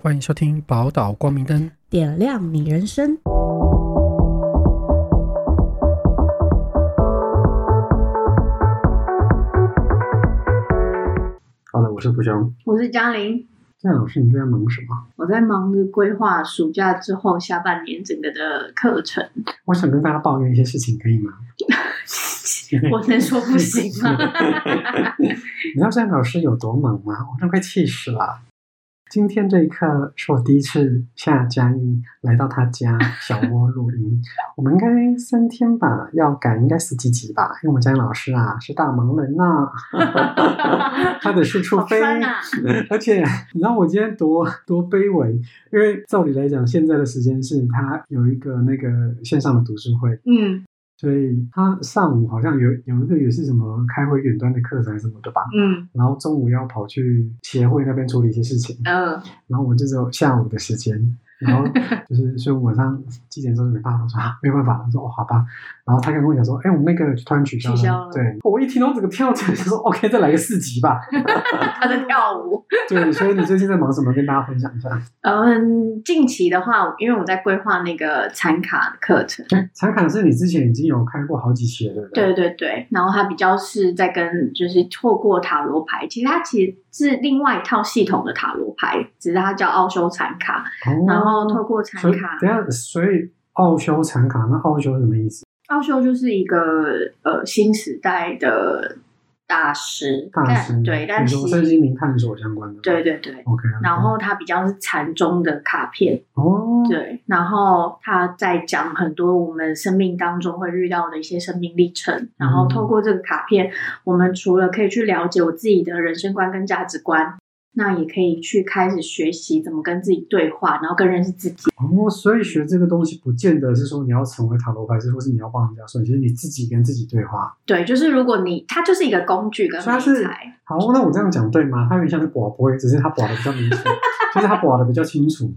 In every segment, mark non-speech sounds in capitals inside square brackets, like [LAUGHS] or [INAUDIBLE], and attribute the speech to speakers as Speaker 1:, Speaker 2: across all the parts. Speaker 1: 欢迎收听《宝岛光明灯》。
Speaker 2: 点亮你人生。
Speaker 1: 好的，我是福雄。
Speaker 3: 我是嘉玲，
Speaker 1: 那老师，你最近在忙什么？
Speaker 3: 我在忙着规划暑假之后下半年整个的课程。
Speaker 1: 我想跟大家抱怨一些事情，可以吗？
Speaker 3: [LAUGHS] 我能说不行吗？
Speaker 1: [LAUGHS] 你知道现在老师有多忙吗？我真快气死了。今天这一刻是我第一次下嘉义来到他家小窝录
Speaker 3: [LAUGHS]
Speaker 1: 音，我们应该三天吧，要赶应该十几集吧，因为我们嘉义老师啊是大忙人呐、 [LAUGHS] 他得四处
Speaker 3: 好
Speaker 1: 飞，
Speaker 3: 酸啊！
Speaker 1: [LAUGHS] 而且你知道我今天多多卑微，因为照理来讲，现在的时间是他有一个那个线上的读书会，
Speaker 3: 嗯
Speaker 1: 所以他上午好像有有一个也是什么开会远端的课程还是什么的吧，
Speaker 3: 嗯
Speaker 1: 然后中午要跑去协会那边处理一些事情，
Speaker 3: 呃，
Speaker 1: 然后我就只有下午的时间。然后就是，所以我晚上几点钟没办法，我说啊没有办法，我说哦好吧。然后他跟我讲说，哎，我们那个突然取消了，
Speaker 3: 取消了
Speaker 1: 对我一听到这个跳起来，就说 OK，再来个四级吧。
Speaker 3: 他
Speaker 2: 哦
Speaker 3: 在跳舞。
Speaker 1: 对，所以你最近在忙什么？跟大家分享一下。
Speaker 3: 嗯，近期的话，因为我在规划那个产卡的课程，
Speaker 1: 哎，产卡是你之前已经有开过好几期了，对不哦对？
Speaker 3: 嗯对对对，然后它比较是在跟就是透过塔罗牌，其实它其实是另外一套系统的塔罗牌，只是它叫奥修产卡，
Speaker 1: 哦
Speaker 3: 然后透过
Speaker 1: 所
Speaker 3: 产
Speaker 1: 以
Speaker 3: 卡
Speaker 1: 等一下，所以奥修产卡，那奥修是什么意思？
Speaker 3: 奥修就是一个呃新时代的大师，
Speaker 1: 大师
Speaker 3: 但哎对，但
Speaker 1: 你
Speaker 3: 其
Speaker 1: 说身心
Speaker 3: 实
Speaker 1: 灵探索相关的。
Speaker 3: 对对对，
Speaker 1: ，OK,
Speaker 3: 然后他比较是禅宗的卡片，
Speaker 1: 哦，
Speaker 3: 对，然后他在讲很多我们生命当中会遇到的一些生命历程，然后透过这个卡片，我们除了可以去了解我自己的人生观跟价值观。那也可以去开始学习怎么跟自己对话，然后更认识自己。
Speaker 1: 哦，所以学这个东西不见得是说你要成为塔罗牌师，或是你要帮人家算，其实你自己跟自己对话。
Speaker 3: 对，就是如果你，它就是一个工具跟
Speaker 1: 所以它是
Speaker 3: 媒材。
Speaker 1: 好，那我这样讲对吗？它有点像是卦卜，只是它卦的比较明确，就是它卦的比较清楚，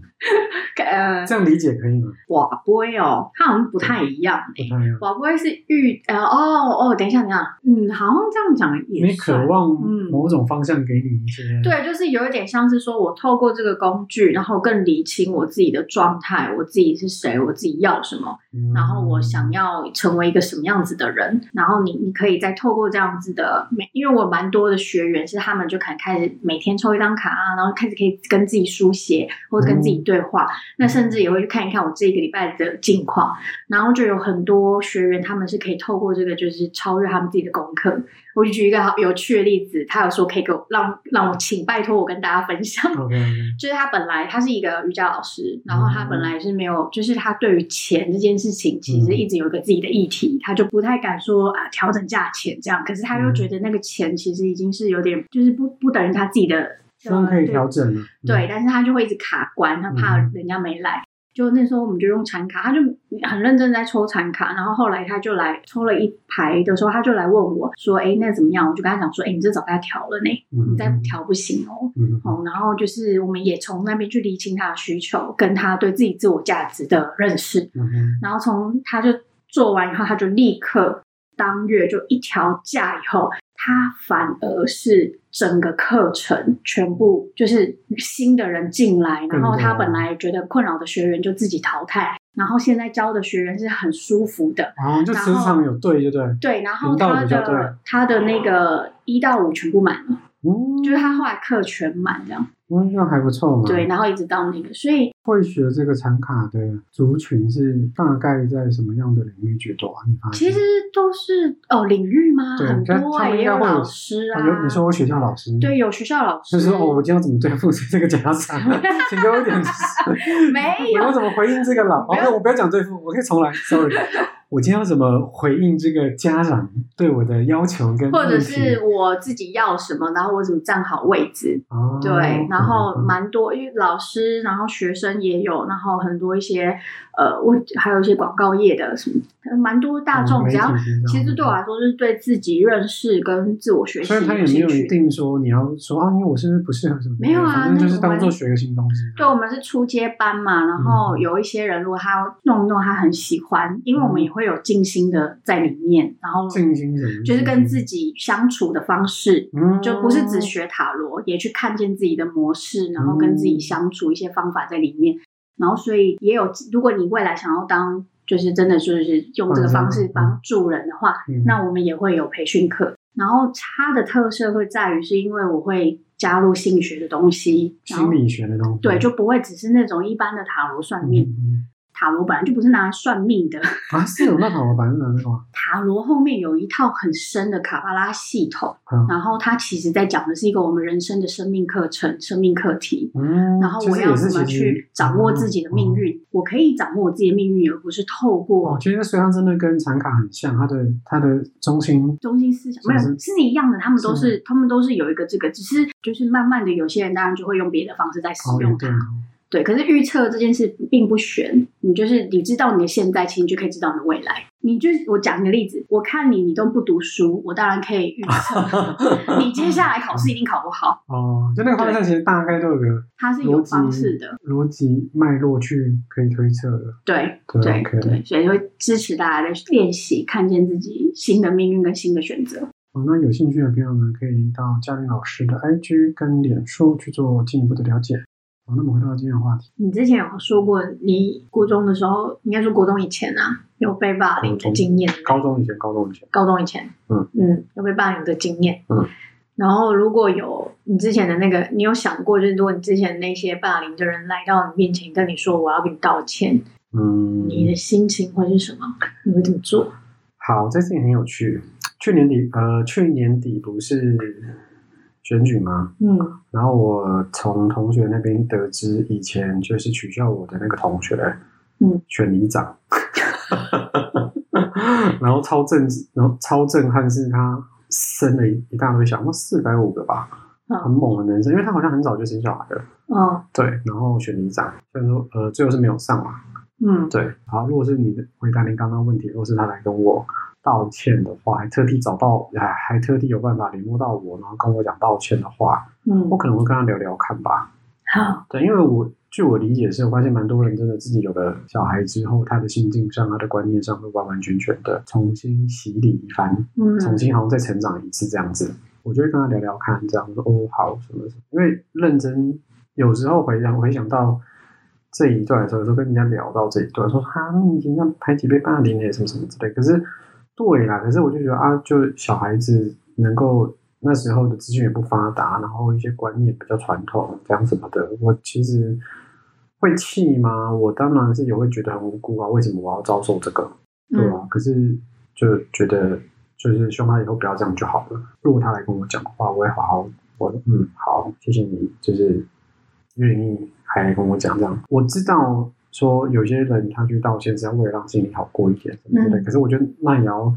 Speaker 3: 呃，
Speaker 1: 这样理解可以吗？
Speaker 3: 瓦杯哦，它好像不太一样
Speaker 1: 不
Speaker 3: 诶、
Speaker 1: 太一样。
Speaker 3: 瓦杯是欲呃哦哦，等一下，等一下，嗯，好像这样讲也
Speaker 1: 你
Speaker 3: 算
Speaker 1: 渴。望
Speaker 3: 嗯
Speaker 1: 某种方向给你一些，
Speaker 3: 对，就是有一点像是说我透过这个工具，然后更理清我自己的状态，我自己是谁，我自己要什么，
Speaker 1: 嗯，
Speaker 3: 然后我想要成为一个什么样子的人，然后你你可以再透过这样子的，每因为我蛮多的学员是他们就可能开始每天抽一张卡啊，然后开始可以跟自己书写或者跟自己对话，那甚至也会去看一看我这一个礼拜的近况，然后就有很多学员他们是可以透过这个就是超越他们自己的功课。我就举一个好有趣的例子，他有说可以给我让让我请拜托我跟大家分享。
Speaker 1: OK，
Speaker 3: 就是他本来他是一个瑜伽老师，然后他
Speaker 1: 嗯
Speaker 3: 本来是没有，就是他对于钱这件事情，其实一直有一个自己的议题，他就不太敢说啊调整价钱这样。可是他
Speaker 1: 嗯
Speaker 3: 又觉得那个钱其实已经是有点，就是不不等于他自己的，呃
Speaker 1: 这样可以调整了。
Speaker 3: 对，
Speaker 1: 嗯，
Speaker 3: 但是他就会一直卡关，他怕
Speaker 1: 嗯
Speaker 3: 人家没来。就那时候我们就用产卡，他就很认真在抽产卡，然后后来他就来抽了一排的时候，他就来问我说：“哎，那怎么样？”我就跟他讲说：“哎，你这早该调了呢，
Speaker 1: 嗯
Speaker 3: 你再不调不行哦。”
Speaker 1: 嗯，
Speaker 3: 哦，然后就是我们也从那边去理清他的需求，跟他对自己自我价值的认识。
Speaker 1: 嗯哼
Speaker 3: 然后从他就做完以后，他就立刻当月就一调价以后，他反而是整个课程全部就是新的人进来，然后他本来觉得困扰的学员就自己淘汰，然后现在教的学员是很舒服的，
Speaker 1: 哦，就磁场有对，就对，
Speaker 3: 对，然后
Speaker 1: 引导
Speaker 3: 他
Speaker 1: 比较对
Speaker 3: 的他的那个一到五全部满了，
Speaker 1: 嗯，
Speaker 3: 就是他后来课全满这样，
Speaker 1: 嗯，那还不错嘛。
Speaker 3: 对，，然后一直到那个，所以。
Speaker 1: 会学这个产卡的族群是大概在什么样的领域居多啊？你发
Speaker 3: 其
Speaker 1: 现？
Speaker 3: 实都是哦，领域吗？
Speaker 1: 对
Speaker 3: 很
Speaker 1: 但
Speaker 3: 多、
Speaker 1: 他
Speaker 3: 欸、
Speaker 1: 们
Speaker 3: 也
Speaker 1: 应该
Speaker 3: 有
Speaker 1: 会有
Speaker 3: 老师啊，
Speaker 1: 哦有你说我学校老师，
Speaker 3: 对，，有学校老师，
Speaker 1: 就是哦，我今天要怎么对付这个家长？请给我一点，
Speaker 3: 没
Speaker 1: 我
Speaker 3: 有
Speaker 1: 要怎么回应这个老？哦，
Speaker 3: 没有
Speaker 1: 那我不要讲对付，我可以重来，sorry。我今天要怎么回应这个家长对我的要求跟
Speaker 3: 或者
Speaker 1: 问题
Speaker 3: 是我自己要什么，然后我怎么站好位置，
Speaker 1: 哦
Speaker 3: 对，然后
Speaker 1: 嗯嗯
Speaker 3: 蛮多，因为老师，然后学生也有，然后很多一些呃，我还有一些广告业的什么，蛮多大
Speaker 1: 哦
Speaker 3: 众，
Speaker 1: 媒
Speaker 3: 只要
Speaker 1: 体形象
Speaker 3: 其实对我来说，就是对自己认识跟自我学习
Speaker 1: 所以他也没
Speaker 3: 有兴
Speaker 1: 有一
Speaker 3: 趣。
Speaker 1: 定说你要说啊，因为我是不是不适合什么？
Speaker 3: 没有啊
Speaker 1: 反正就是
Speaker 3: 那我
Speaker 1: 当
Speaker 3: 们
Speaker 1: 做学个新东西。
Speaker 3: 对，我们是初阶班嘛，然后
Speaker 1: 嗯
Speaker 3: 有一些人如果他弄一弄他很喜欢，因为我们也会有静心的在里面，然后
Speaker 1: 嗯静心嗯什么？
Speaker 3: 就是跟自己相处的方式，
Speaker 1: 嗯
Speaker 3: 就不是只学塔罗，也去看见自己的模式，然后跟自
Speaker 1: 嗯
Speaker 3: 己相处一些方法在里面。然后，所以也有，如果你未来想要当，就是真的就是用这个方式帮助人的话，
Speaker 1: 嗯
Speaker 3: 那我们也会有培训课。然后它的特色会在于，是因为我会加入心理学的东西，然后
Speaker 1: 心理学的东西，嗯
Speaker 3: 对，就不会只是那种一般的塔罗算命。
Speaker 1: 嗯嗯
Speaker 3: 塔罗本来就不是拿来算命的，
Speaker 1: 啊，是有那种版本那种啊，
Speaker 3: 塔罗后面有一套很深的卡巴拉系统。
Speaker 1: 嗯
Speaker 3: 然后它其实在讲的是一个我们人生的生命课程、生命课题。
Speaker 1: 嗯，
Speaker 3: 然后
Speaker 1: 其
Speaker 3: 我
Speaker 1: 实
Speaker 3: 要
Speaker 1: 也是
Speaker 3: 怎么
Speaker 1: 其实嗯
Speaker 3: 去掌握自己的命？运？我可以掌握我自己的命运，而不是透
Speaker 1: 哦，
Speaker 3: 过
Speaker 1: 其实虽然真的跟产卡很像，它的它的中心
Speaker 3: 中心思想，
Speaker 1: 是
Speaker 3: 没有
Speaker 1: 是
Speaker 3: 是一样的，他们都
Speaker 1: 是
Speaker 3: 是他们都是有一个这个，只是就是慢慢的，有些人当然就会用别的方式在使
Speaker 1: 哦，
Speaker 3: 用
Speaker 1: 对
Speaker 3: 它。，对，可是预测这件事并不悬，你就是你知道你的现在，其实你就可以知道你的未来。你就是我讲一个例子，我看你你都不读书，我当然可以预
Speaker 1: [LAUGHS]
Speaker 3: 测你接下来考试一定考不好，
Speaker 1: 哦，就那个方向其实大概都有个
Speaker 3: 它是有
Speaker 1: 逻辑
Speaker 3: 方式的。
Speaker 1: 逻辑脉络去可以推测的，
Speaker 3: 对
Speaker 1: 对
Speaker 3: 对
Speaker 1: OK
Speaker 3: 对，所以会支持大家的练习，看见自己新的命运跟新的选择。
Speaker 1: 哦，那有兴趣的朋友呢，可以到嘉玲老师的 IG 跟脸书去做进一步的了解。好，那么回到今天的话题，
Speaker 3: 你之前有说过，你国中的时候，应该说国中以前啊，有被霸凌的经验。
Speaker 1: 高中以前，高中以前，
Speaker 3: 高中以前，
Speaker 1: 嗯
Speaker 3: 嗯，有被霸凌的经验，
Speaker 1: 嗯。
Speaker 3: 然后，如果有你之前的那个，你有想过，就是如果你之前那些霸凌的人来到你面前跟你说我要跟你道歉，
Speaker 1: 嗯，
Speaker 3: 你的心情会是什么？你会怎么做？
Speaker 1: 好，这事情很有趣。去年底，呃，去年底不是选举吗？
Speaker 3: 嗯
Speaker 1: 然后我从同学那边得知，以前就是取笑我的那个同学，
Speaker 3: 嗯，
Speaker 1: 选里长， [LAUGHS] 然后超震，然后超震撼是他生了一一大堆小，那四百五个吧，很
Speaker 3: 嗯
Speaker 1: 猛的男生，因为他好像很早就生小孩了，
Speaker 3: 嗯
Speaker 1: 对，然后选里长，虽然说呃最后是没有上嘛，
Speaker 3: 嗯
Speaker 1: 对，好，如果是你的回答您刚刚问题，如果是他来跟我道歉的话，还特地找到，还还特地有办法联络到我，然后跟我讲道歉的话，
Speaker 3: 嗯
Speaker 1: 我，可能会跟他聊聊看吧。
Speaker 3: 好，
Speaker 1: 对，因为我据我理解是，我发现蛮多人真的自己有了小孩之后，他的心境上、他的观念上会完完全全的重新洗礼一番，
Speaker 3: 嗯
Speaker 1: 重新好像再成长一次这样子。我就会跟他聊聊看，这样我说哦好什么什么，因为认真有时候回想回想到这一段的时候，有时候跟人家聊到这一段，说哈、你以前像排挤被霸凌的什么什么之类，可是对啦，可是我就觉得啊，就小孩子能够那时候的资讯也不发达，然后一些观念比较传统，这样什么的，我其实会气吗？我当然是也会觉得很无辜啊，为什么我要遭受这个？对
Speaker 3: 嗯
Speaker 1: 啊，可是就觉得就是凶他以后不要这样就好了。如果他来跟我讲的话，我会好好，我说嗯好，谢谢你，就是愿意还来跟我讲这样。我知道说有些人他去道歉是要为了让心里好过一点什么之类，
Speaker 3: 嗯
Speaker 1: 可是我觉得那也要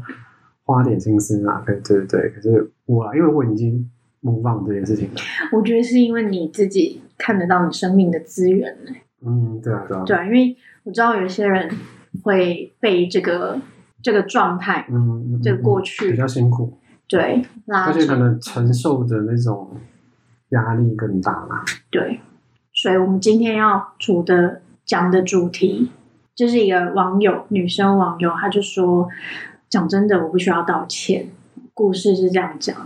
Speaker 1: 花点心思啊，对对对。可是我啦因为我已经 move on 这件事情了，
Speaker 3: 我觉得是因为你自己看得到你生命的资源呢、
Speaker 1: 嗯，对啊对啊，
Speaker 3: 对啊，因为我知道有些人会被这个这个状态、
Speaker 1: 嗯，嗯
Speaker 3: 这个过
Speaker 1: 嗯
Speaker 3: 去
Speaker 1: 比较辛苦，
Speaker 3: 对拉
Speaker 1: 而
Speaker 3: 扯
Speaker 1: 且可能承受的那种压力更大啦。
Speaker 3: 对，所以我们今天要主的讲的主题，就是一个网友女生网友，她就说：“讲真的，我不需要道歉。”故事是这样讲，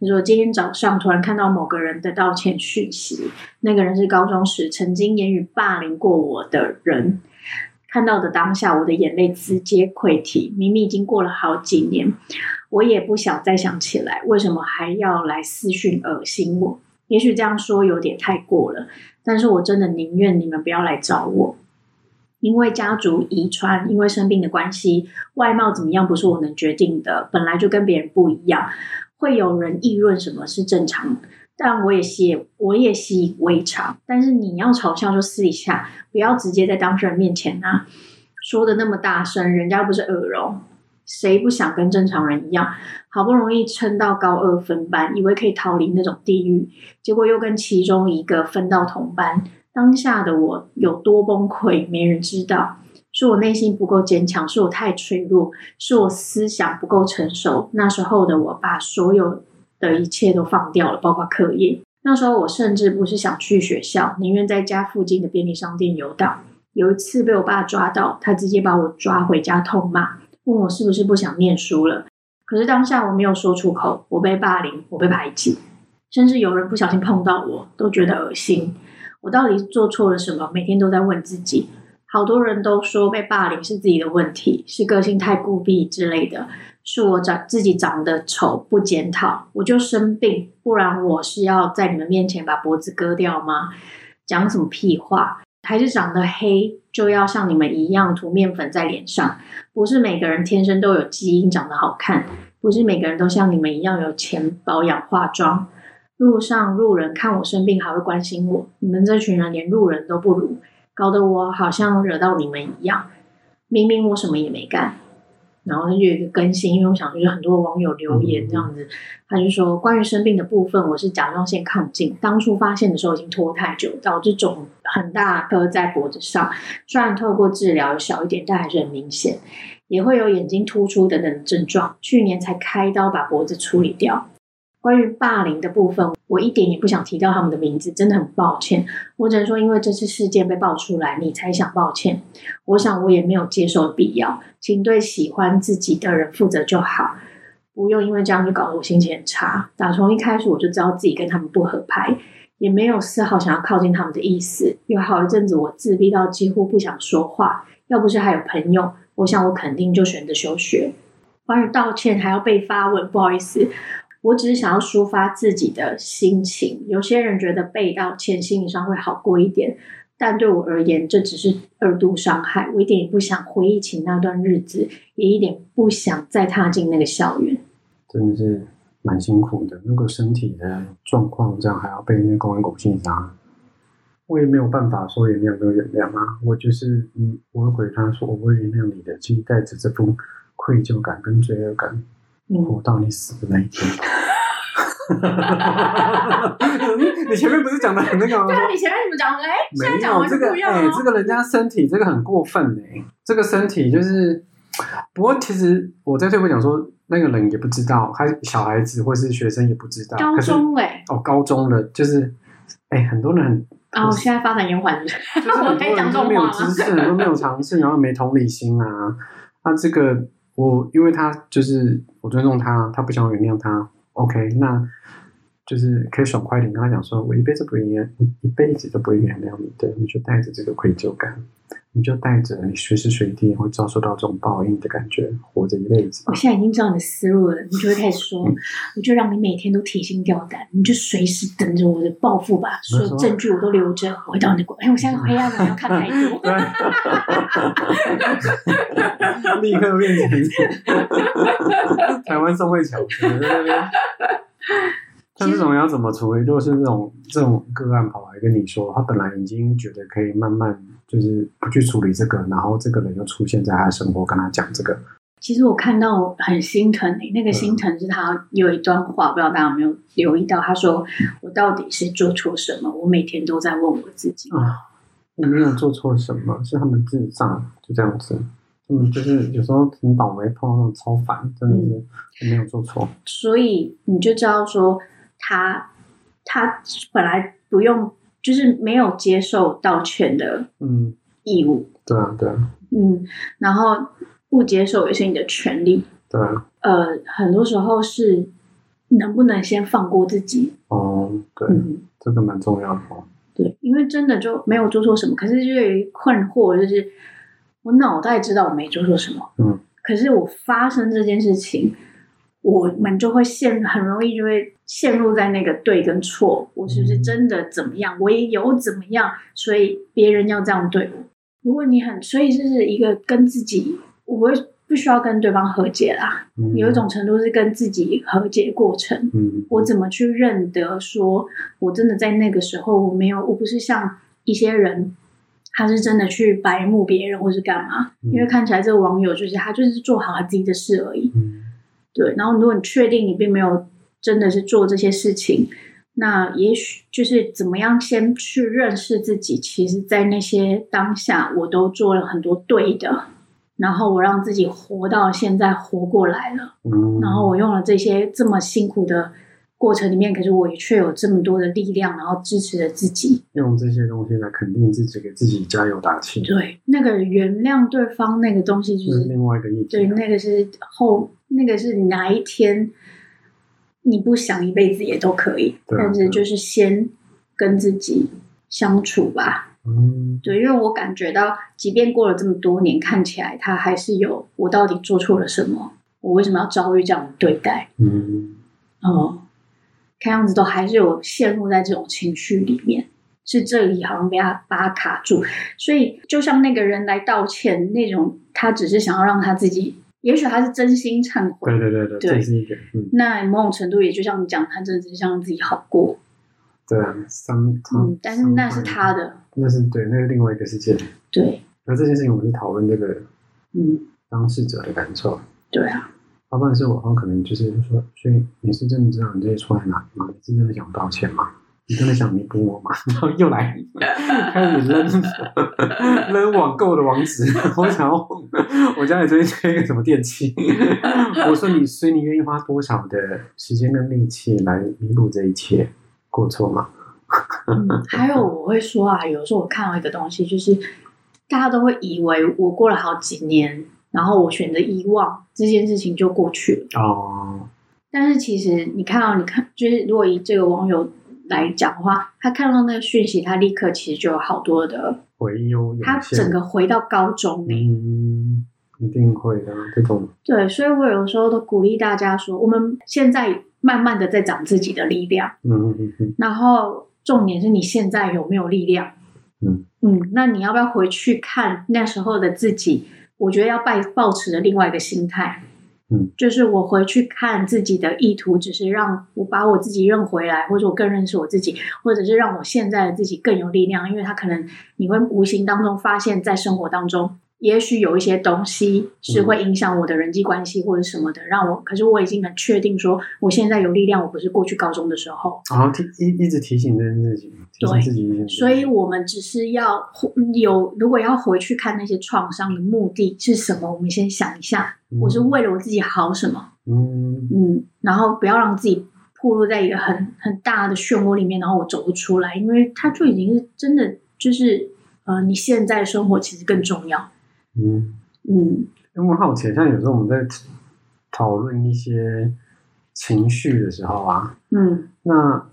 Speaker 3: 她说今天早上突然看到某个人的道歉讯息，那个人是高中时曾经言语霸凌过我的人。看到的当下，我的眼泪直接溃堤。明明已经过了好几年，我也不想再想起来，为什么还要来私讯恶心我？也许这样说有点太过了，但是我真的宁愿你们不要来找我，因为家族遗传，因为生病的关系，外貌怎么样不是我能决定的，本来就跟别人不一样，会有人议论什么是正常的。但我也习，我也习以为常。但是你要嘲笑就私底下，不要直接在当事人面前啊，说的那么大声，人家又不是耳聋，谁不想跟正常人一样？好不容易撑到高二分班，以为可以逃离那种地狱，结果又跟其中一个分到同班。当下的我有多崩溃，没人知道。是我内心不够坚强，是我太脆弱，是我思想不够成熟。那时候的我把所有的一切都放掉了，包括课业。那时候我甚至不是想去学校，宁愿在家附近的便利商店游荡。有一次被我爸抓到，他直接把我抓回家痛骂。问我是不是不想念书了。可是当下我没有说出口，我被霸凌，我被排挤，甚至有人不小心碰到我，都觉得恶心。我到底做错了什么？每天都在问自己。好多人都说被霸凌是自己的问题，是个性太孤僻之类的，是我长自己长得丑不检讨，我就生病，不然我是要在你们面前把脖子割掉吗？讲什么屁话？还是长得黑就要像你们一样涂面粉在脸上？不是每个人天生都有基因长得好看，不是每个人都像你们一样有钱保养化妆。路上路人看我生病还会关心我，你们这群人连路人都不如，搞得我好像惹到你们一样。明明我什么也没干，然后就有一个更新，因为我想就是很多网友留言这样子，他就说关于生病的部分，我是甲状腺亢进，当初发现的时候已经拖太久，导致肿很大颗在脖子上，虽然透过治疗有小一点，但还是很明显，也会有眼睛突出等等的症状，去年才开刀把脖子处理掉。关于霸凌的部分，我一点也不想提到他们的名字，真的很抱歉。我只能说，因为这次事件被爆出来，你才想抱歉。我想我也没有接受的必要，请对喜欢自己的人负责就好，不用因为这样就搞得我心情很差。打从一开始我就知道自己跟他们不合拍，也没有丝毫想要靠近他们的意思。有好一阵子我自闭到几乎不想说话，要不是还有朋友，我想我肯定就选择休学。关于道歉还要被发问，不好意思。我只是想要抒发自己的心情。有些人觉得被道歉心理上会好过一点，但对我而言，这只是二度伤害。我一点也不想回忆起那段日子，也一点不想再踏进那个校园。
Speaker 1: 真的是蛮辛苦的，那个身体的状况，这样还要被那公安狗性杀，我也没有办法说原谅就原谅啊，我就是嗯，我会回他说我会原谅你的，期待着这份愧疚感跟罪恶感，
Speaker 3: 嗯，
Speaker 1: 活到你死的那一天。 [LAUGHS] 你前面不是讲的很那个吗？
Speaker 3: 对啊，你前面怎么讲？哎，
Speaker 1: 没
Speaker 3: 现在讲
Speaker 1: 哦有
Speaker 3: 完
Speaker 1: 这
Speaker 3: 就
Speaker 1: 个，
Speaker 3: 不一样啊
Speaker 1: 哎、
Speaker 3: 了。
Speaker 1: 这个人家身体这个很过分哎、这个身体就是，不过其实我在退会讲说，那个人也不知道，他小孩子或是学生也不知道，
Speaker 3: 高
Speaker 1: 可是
Speaker 3: 中哎、
Speaker 1: 哦，高中了，就是哎、很多人很
Speaker 3: 啊，我现在发展延缓了，
Speaker 1: 就是很
Speaker 3: 我可以
Speaker 1: 多
Speaker 3: 讲
Speaker 1: 人
Speaker 3: 这
Speaker 1: 都
Speaker 3: 种
Speaker 1: 没有
Speaker 3: 话
Speaker 1: 知
Speaker 3: 吗？
Speaker 1: 识，都没有尝试，然后没同理心啊。那这个我因为他就是我尊重他，他不想原谅他，OK，那就是可以爽快一点跟他讲说，我一辈子不原谅，一辈子都不会原谅你的，你就带着这个愧疚感，你就带着你随时随地会遭受到这种报应的感觉，活着一辈子吧
Speaker 3: 我。现在已经知道你的思路了，你就会开始说，我就让你每天都提心吊胆，你就随时等着我的报复吧，所有证据我都留着，回到你的国。哎，我现在黑暗了，不要看太多。
Speaker 1: [LAUGHS] 立刻变成台湾宋慧乔在那边。像这种要怎么处理？如果是这种这种个案跑来跟你说，他本来已经觉得可以慢慢就是不去处理这个，然后这个人又出现在他生活，跟他讲这个，
Speaker 3: 其实我看到我很心疼、欸，那个心疼是他有一段话，不知道大家有没有留意到？他说：“我到底是做错什么？我每天都在问我自己。
Speaker 1: 啊，我没有做错什么，是他们智障，就这样子。他们就是有时候很倒霉，碰到那种超凡，真的是我没有做错。”
Speaker 3: 所以你就知道说他他本来不用，就是没有接受道歉的
Speaker 1: 嗯，
Speaker 3: 义务，
Speaker 1: 对啊，对啊，
Speaker 3: 嗯，然后不接受也是你的权利。
Speaker 1: 对啊，
Speaker 3: 呃，很多时候是能不能先放过自己？
Speaker 1: 哦，对，
Speaker 3: 嗯，
Speaker 1: 这个蛮重要的哦。
Speaker 3: 对，因为真的就没有做错什么，可是就有一困惑，就是我脑袋知道我没做错什么，
Speaker 1: 嗯，
Speaker 3: 可是我发生这件事情，我们就会陷，很容易就会陷入在那个对跟错，我是不
Speaker 1: 嗯
Speaker 3: 是真的怎么样？我也有怎么样，所以别人要这样对我。如果你很，所以这是一个跟自己，我不会不需要跟对方和解啦，
Speaker 1: 嗯
Speaker 3: 有一种程度是跟自己和解过程。
Speaker 1: 嗯，
Speaker 3: 我怎么去认得说，我真的在那个时候我没有，我不是像一些人，他是真的去白目别人或是干嘛？
Speaker 1: 嗯
Speaker 3: 因为看起来这个网友就是他就是做好他自己的事而已。
Speaker 1: 嗯
Speaker 3: 对，然后如果你确定你并没有真的是做这些事情，那也许就是怎么样先去认识自己。其实，在那些当下，我都做了很多对的，然后我让自己活到现在，活过来了。
Speaker 1: 嗯，
Speaker 3: 然后我用了这些这么辛苦的过程里面，可是我却有这么多的力量，然后支持着自
Speaker 1: 嗯
Speaker 3: 己。
Speaker 1: 用这些东西来肯定自己，给自己加油打气，
Speaker 3: 对，那个原谅对方那个东西，就
Speaker 1: 这是
Speaker 3: 是
Speaker 1: 另外一个议题
Speaker 3: 对，
Speaker 1: 啊。
Speaker 3: 那个是后，那个是哪一天你不想一辈子也都可以，
Speaker 1: 对啊
Speaker 3: 但
Speaker 1: 对啊
Speaker 3: 是就是先跟自己相处吧。
Speaker 1: 嗯，
Speaker 3: 对，因为我感觉到，即便过了这么多年，看起来他还是有我到底做错了什么，我为什么要遭遇这样的对待？
Speaker 1: 嗯，
Speaker 3: 哦，看样子都还是有陷入在这种情绪里面，是这里好像被他把他卡住，所以就像那个人来道歉那种，他只是想要让他自己，也许他是真心忏悔，
Speaker 1: 对对对对，
Speaker 3: 对
Speaker 1: 这是一个，嗯，
Speaker 3: 那某种程度也就像你讲，他真的只是想让自己好过，
Speaker 1: 对啊，三，
Speaker 3: 嗯，但是那是
Speaker 1: sometimes
Speaker 3: 他，的，
Speaker 1: 那是对，那是另外一个世界。
Speaker 3: 对，
Speaker 1: 那这件事情，我们是讨论这个
Speaker 3: 嗯，
Speaker 1: 当事者的感受。
Speaker 3: 对啊，
Speaker 1: 要不然是我，我可能就是说，所以你是真的知道你这些错在哪里吗？你是真的想道歉吗？你真的想弥补我吗？ [LAUGHS] 然后又来开始扔扔网购的网址，我想要我家里最近缺一个什么电器， [LAUGHS] 我说你，所以你愿意花多少的时间跟力气来弥补这一切过错吗？
Speaker 3: 嗯，还有我会说啊，有时候我看到一个东西，就是大家都会以为我过了好几年，然后我选择遗忘这件事情就过去了。
Speaker 1: 哦，
Speaker 3: 但是其实你看哦到，你看，就是如果以这个网友来讲的话，他看到那个讯息，他立刻其实就有好多的，
Speaker 1: 回忧涌
Speaker 3: 他
Speaker 1: 现
Speaker 3: 整个回到高中欸
Speaker 1: 嗯，一定会的，啊这种
Speaker 3: 对，所以我有时候都鼓励大家说，我们现在慢慢的在长自己的力量，
Speaker 1: 嗯嗯嗯嗯
Speaker 3: 然后重点是你现在有没有力量。
Speaker 1: 嗯
Speaker 3: 嗯，那你要不要回去看那时候的自己？我觉得要抱抱持的另外一个心态，
Speaker 1: 嗯，
Speaker 3: 就是我回去看自己的意图，只是让我把我自己认回来，或者我更认识我自己，或者是让我现在的自己更有力量，因为他可能你会无形当中发现，在生活当中，也许有一些东西是会影响我的人际关系或者什么的，让我，可是我已经很确定说，我现在有力量，我不是过去高中的时候，
Speaker 1: 然后提一一直提醒这件事情，提醒
Speaker 3: 对
Speaker 1: 自己一件事情。
Speaker 3: 所以我们只是要有，如果要回去看那些创伤的目的是什么，我们先想一下，
Speaker 1: 嗯
Speaker 3: 我是为了我自己好什么，
Speaker 1: 嗯
Speaker 3: 嗯，然后不要让自己暴露在一个很很大的漩涡里面，然后我走不出来，因为它就已经是真的就是呃，你现在生活其实更重要，
Speaker 1: 嗯，
Speaker 3: 嗯，
Speaker 1: 因为我好奇，像有时候我们在讨论一些情绪的时候啊，
Speaker 3: 嗯
Speaker 1: 那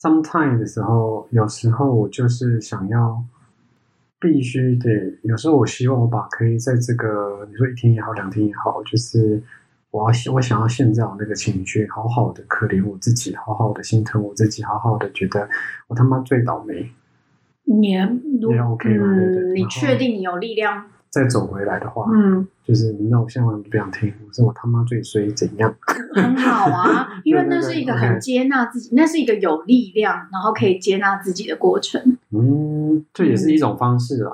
Speaker 1: sometime 的时候，有时候我就是想要必须得，有时候我希望我把可以在这个你说一天也好，两天也好，就是我要我想要现在我那个情绪，好好的可怜我自己，好好的心疼我自己，好好的觉得我他妈最倒霉。
Speaker 3: 你如
Speaker 1: 也 OK 嘛对不对
Speaker 3: 嗯，你
Speaker 1: 然后
Speaker 3: 确定你有力量，
Speaker 1: 再走回来的话，
Speaker 3: 嗯，
Speaker 1: 就是那我现在我不想听，我说我他妈最衰怎样？
Speaker 3: 嗯很好
Speaker 1: [LAUGHS]
Speaker 3: 啊，因为那是一个
Speaker 1: 对对对
Speaker 3: 很接纳自己，那是一个有力量，然后可以接纳自己的过程。
Speaker 1: 嗯，这也是一种方式啦。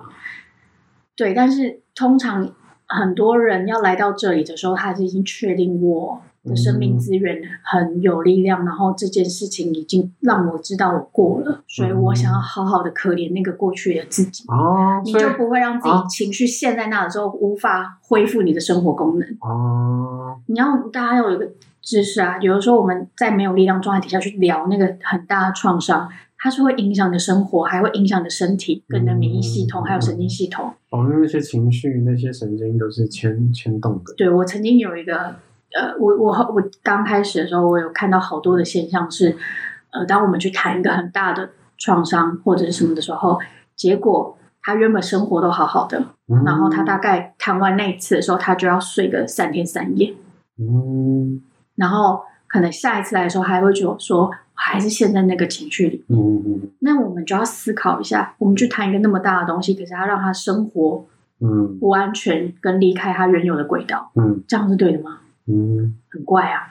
Speaker 3: 对，但是通常很多人要来到这里的时候，他是已经确定我
Speaker 1: 嗯
Speaker 3: 的生命资源很有力量，然后这件事情已经让我知道我过了，所以我
Speaker 1: 嗯
Speaker 3: 想要好好的可怜那个过去的自己。
Speaker 1: 哦，
Speaker 3: 你
Speaker 1: 所以啊
Speaker 3: 就不会让自己情绪陷在那的时候无法恢复你的生活功能。
Speaker 1: 哦，
Speaker 3: 你要大家要有一个知识啊，有的时候我们在没有力量状态底下去聊那个很大的创伤，它是会影响你的生活，还会影响你的身体、跟你的免疫系统，还有神经系统。
Speaker 1: 我们哦那些情绪、那些神经都是牵牵动的。
Speaker 3: 对我曾经有一个，呃，我我我刚开始的时候，我有看到好多的现象是，呃，当我们去谈一个很大的创伤或者是什么的时候，结果他原本生活都好好的，
Speaker 1: 嗯
Speaker 3: 然后他大概谈完那一次的时候，他就要睡个三天三夜。
Speaker 1: 嗯
Speaker 3: 然后可能下一次来的时候还会觉得说，我还是陷在那个情绪里。
Speaker 1: 嗯嗯
Speaker 3: 那我们就要思考一下，我们去谈一个那么大的东西，可是他让他生活
Speaker 1: 嗯
Speaker 3: 不安全，跟离开他原有的轨道，
Speaker 1: 嗯
Speaker 3: 这样是对的吗？
Speaker 1: 嗯，
Speaker 3: 很怪啊，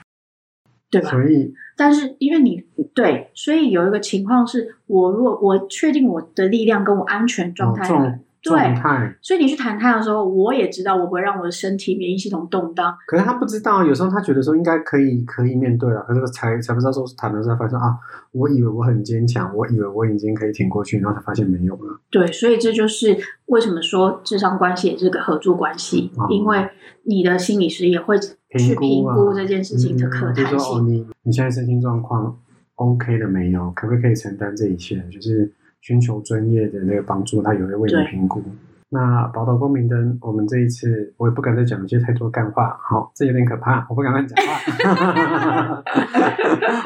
Speaker 3: 对吧？
Speaker 1: 所以
Speaker 3: 但是因为你对，所以有一个情况是我如果我确定我的力量跟我安全 [LAUGHS] 状
Speaker 1: 哦
Speaker 3: 态很，
Speaker 1: 状
Speaker 3: 对
Speaker 1: 状态，
Speaker 3: 所以你去谈它的时候，我也知道我不会让我的身体免疫系统动荡。
Speaker 1: 可是他不知道，有时候他觉得说应该可以可以面对了，可是才才不知道说谈的时候才发现啊，我以为我很坚强，我以为我已经可以挺过去，然后才发现没有了。
Speaker 3: 对，所以这就是为什么说智商关系也是个合作关系，
Speaker 1: 哦
Speaker 3: 因为你的心理师也会去
Speaker 1: 评估
Speaker 3: 评
Speaker 1: 啊
Speaker 3: 估这件事情的可
Speaker 1: 嗯就
Speaker 3: 谈
Speaker 1: 是说哦，
Speaker 3: 性。
Speaker 1: 你你现在身心状况 OK 的没有，可不可以承担这一切？就是寻求专业的那个帮助，他也会为你
Speaker 3: 对
Speaker 1: 评估。那宝岛光明灯，我们这一次我也不敢再讲一些太多干话，好，这有点可怕，我不敢乱讲
Speaker 3: [LAUGHS]
Speaker 1: 话， [LAUGHS]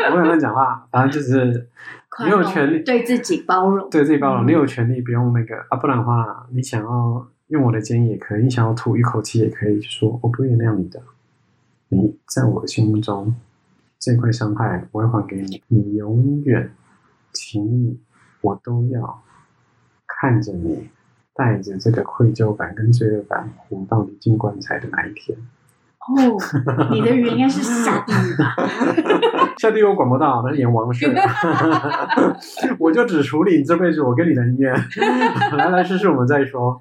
Speaker 1: 我不敢乱讲话，反正就是
Speaker 3: 宽
Speaker 1: 没有
Speaker 3: 容
Speaker 1: 权利，
Speaker 3: 对自己包容，
Speaker 1: 对自己包容，
Speaker 3: 嗯
Speaker 1: 你有权利不用那个啊，不然的话，你想要用我的建议也可以，你想要吐一口气也可以，就说我不原谅你的，你在我心目中这块伤害我会还给你，你永远，请你我都要看着你，带着这个愧疚感跟罪恶感活到你进棺材的那一天。
Speaker 3: 哦，你的人应该是下地狱
Speaker 1: [LAUGHS]
Speaker 3: 吧？
Speaker 1: 下地狱我管不到，那是阎王事。我就只处理你这辈子我跟你的恩怨， [LAUGHS] 来来试试我们再说。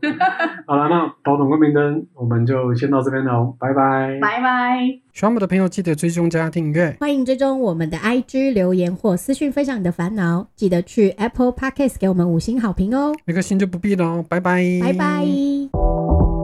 Speaker 1: 好了，那保总光明灯我们就先到这边喽，拜拜。
Speaker 3: 拜拜。
Speaker 1: 喜欢我们的朋友记得追踪加订阅。
Speaker 2: 欢迎追踪我们的 IG 留言或私讯分享你的烦恼，记得去 Apple Podcast 给我们五星好评哦，
Speaker 1: 那个心就不必了哦，拜拜，
Speaker 2: 拜拜。